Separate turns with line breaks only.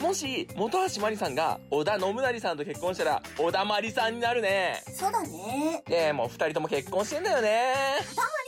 もし、本橋麻里さんが織田信成さんと結婚したら、織田麻里さんになるね。
そうだね。
でも、二人とも結婚してんだよね。
たまに